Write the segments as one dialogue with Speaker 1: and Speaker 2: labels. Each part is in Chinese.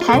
Speaker 1: 台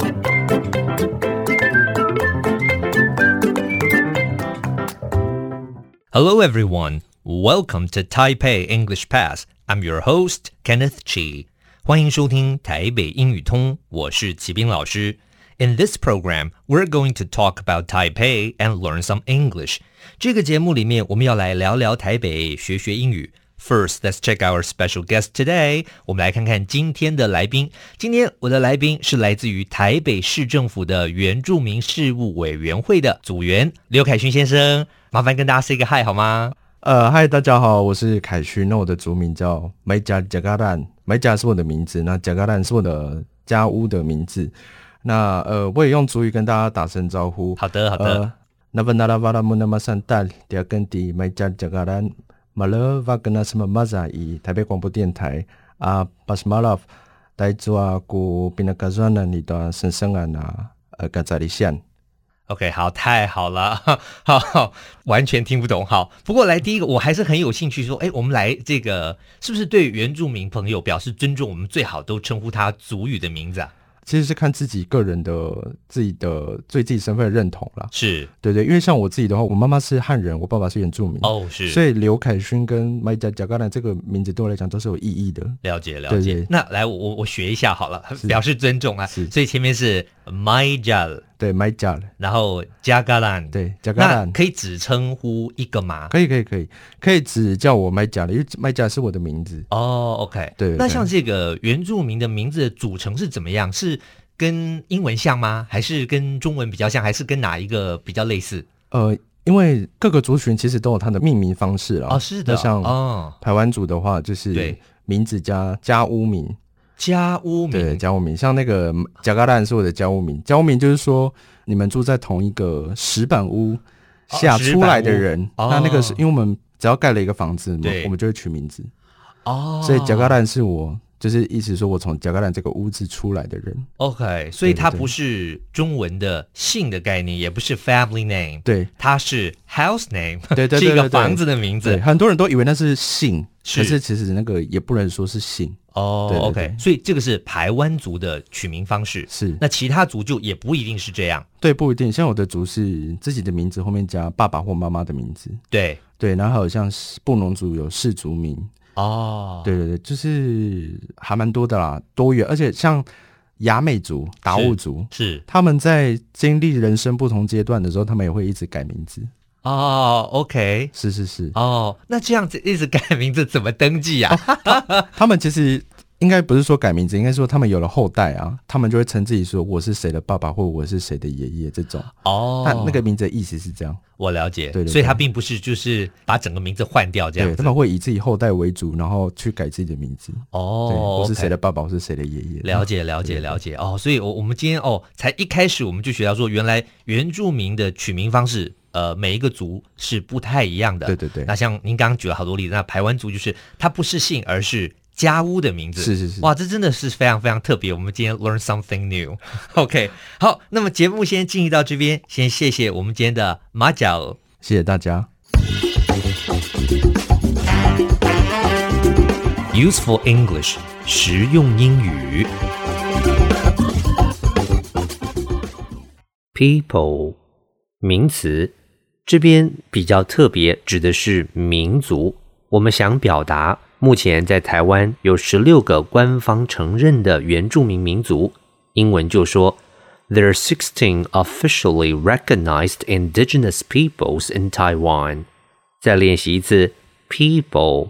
Speaker 2: Hello, everyone. Welcome to Taipei English Pass. I'm your host Kenneth Chi. 欢迎收听台北英语通，我是齐斌老师。In this program, we're going to talk about Taipei and learn some English. 这个节目里面，我们要来聊聊台北，学学英语。First, let's check our special guest today. 我们来看看今天的来宾。今天我的来宾是来自于台北市政府的原住民事务委员会的组员刘凯勋先生。麻烦跟大家 say 个 hi 好吗？
Speaker 3: 呃，嗨，大家好，我是凯勋。那我的族名叫美甲贾嘎蛋，美甲是我的名字，那贾嘎蛋是我的家屋的名字。那呃，我也用族语跟大家打声招呼。
Speaker 2: 好的，好的。
Speaker 3: 呃，那巴那拉巴拉木那么善蛋，迪亚根迪美甲贾嘎蛋，马勒瓦格纳什么马扎伊，台北广播电台啊，巴什马拉夫，台主啊，古宾那嘎算那里的神圣啊那呃，嘎扎里县。
Speaker 2: OK，好，太好了， 好好，完全听不懂。好，不过来第一个，我还是很有兴趣说，哎，我们来这个是不是对原住民朋友表示尊重？我们最好都称呼他族语的名字啊？
Speaker 3: 其实是看自己个人的自己的对自己身份的认同啦。
Speaker 2: 是，
Speaker 3: 对对，因为像我自己的话，我妈妈是汉人，我爸爸是原住民，
Speaker 2: 哦，是，
Speaker 3: 所以刘凯勋跟麦加贾嘎兰这个名字对我来讲都是有意义的。
Speaker 2: 了解了
Speaker 3: 对
Speaker 2: 解。
Speaker 3: 对
Speaker 2: 那来，我我我学一下好了，
Speaker 3: 是
Speaker 2: 表示尊重啊。
Speaker 3: 是
Speaker 2: 所以前面是 my jal，
Speaker 3: 对，麦加
Speaker 2: 然后 jagalan，，
Speaker 3: 对贾嘎
Speaker 2: 那
Speaker 3: 兰，
Speaker 2: 可以只称呼一个吗？
Speaker 3: 可以可以可以可以只叫我麦加了，因为麦加是我的名字。
Speaker 2: 哦，OK，
Speaker 3: 对
Speaker 2: 那
Speaker 3: 对
Speaker 2: 像这个原住民的名字的组成是怎么样？是跟英文像吗？还是跟中文比较像？还是跟哪一个比较类似？
Speaker 3: 呃，因为各个族群其实都有它的命名方式啦。
Speaker 2: 哦，是的，
Speaker 3: 那像
Speaker 2: 哦，
Speaker 3: 台湾族的话，就
Speaker 2: 对
Speaker 3: 是名字加加屋名，
Speaker 2: 家屋
Speaker 3: 对，
Speaker 2: 名，
Speaker 3: 加屋名。像那个贾嘎兰是我的加屋名，加屋名就是说你们住在同一个石板屋
Speaker 2: 哦
Speaker 3: 下
Speaker 2: 石
Speaker 3: 出
Speaker 2: 板
Speaker 3: 来的
Speaker 2: 屋
Speaker 3: 人，
Speaker 2: 哦
Speaker 3: 那那个是因为我们只要盖了一个房子，我们
Speaker 2: 对
Speaker 3: 我们就会取名字，
Speaker 2: 哦，
Speaker 3: 所以贾嘎兰是我。就是意思说，我从贾嘎兰这个屋子出来的人，
Speaker 2: OK，所以
Speaker 3: 对对
Speaker 2: 它
Speaker 3: 对
Speaker 2: 不是中文的姓的概念，也不是 family name，
Speaker 3: 对
Speaker 2: 它是 house name，
Speaker 3: 对对对
Speaker 2: 是一个
Speaker 3: 对对
Speaker 2: 房子的名
Speaker 3: 对，
Speaker 2: 字。
Speaker 3: 很多人都以为那是姓，
Speaker 2: 是
Speaker 3: 可是其实那个也不能说是姓，
Speaker 2: 哦
Speaker 3: 对对
Speaker 2: ，OK，
Speaker 3: 对
Speaker 2: 所以这个是排湾族的取名方式。
Speaker 3: 是
Speaker 2: 那其他族就也不一定是这样，
Speaker 3: 对不一定。像我的族是自己的名字后面加爸爸或妈妈的名字，
Speaker 2: 对，
Speaker 3: 对，然后还有像是布农族有氏族名，
Speaker 2: 哦，
Speaker 3: 对对对，就是还蛮多的啦，多元，而且像雅美族、达悟族，
Speaker 2: 是
Speaker 3: 他们在经历人生不同阶段的时候，他们也会一直改名字。
Speaker 2: 哦，OK，
Speaker 3: 是是是，
Speaker 2: 哦，那这样子一直改名字怎么登记 呀、啊？
Speaker 3: 他们其实应该不是说改名字，应该说他们有了后代啊，他们就会称自己说我是谁的爸爸或我是谁的爷爷这种。
Speaker 2: 哦
Speaker 3: 那那个名字的意思是这样，
Speaker 2: 我了解，
Speaker 3: 对对对
Speaker 2: 所以他并不是就是把整个名字换掉这样
Speaker 3: 对，他
Speaker 2: 子。
Speaker 3: 们会以自己后代为主，然后去改自己的名字。对，
Speaker 2: 哦
Speaker 3: 我，是
Speaker 2: OK
Speaker 3: 谁的？爸爸，我是谁的爷爷。
Speaker 2: 了解，了解，
Speaker 3: 嗯对对
Speaker 2: 了解。哦，所以我我们今天哦，才一开始我们就学到说，原来原住民的取名方式，呃，每一个族是不太一样的。
Speaker 3: 对对对
Speaker 2: 那像您刚刚举了好多例子，那排湾族就是它不是姓，而是。家屋的名字
Speaker 3: 是是是
Speaker 2: 哇，这真的是非常非常特别。我们今天 learn something new。OK，好，那么节目先进行到这边，先谢谢我们今天的马角。
Speaker 3: 谢谢大家。
Speaker 2: Useful English，实用英语。People，名词，这边比较特别，指的是民族。我们想表达，目前在台湾有十六个官方承认的原住民民族，英文就说 There are sixteen officially recognized indigenous peoples in Taiwan。再练习一次，people。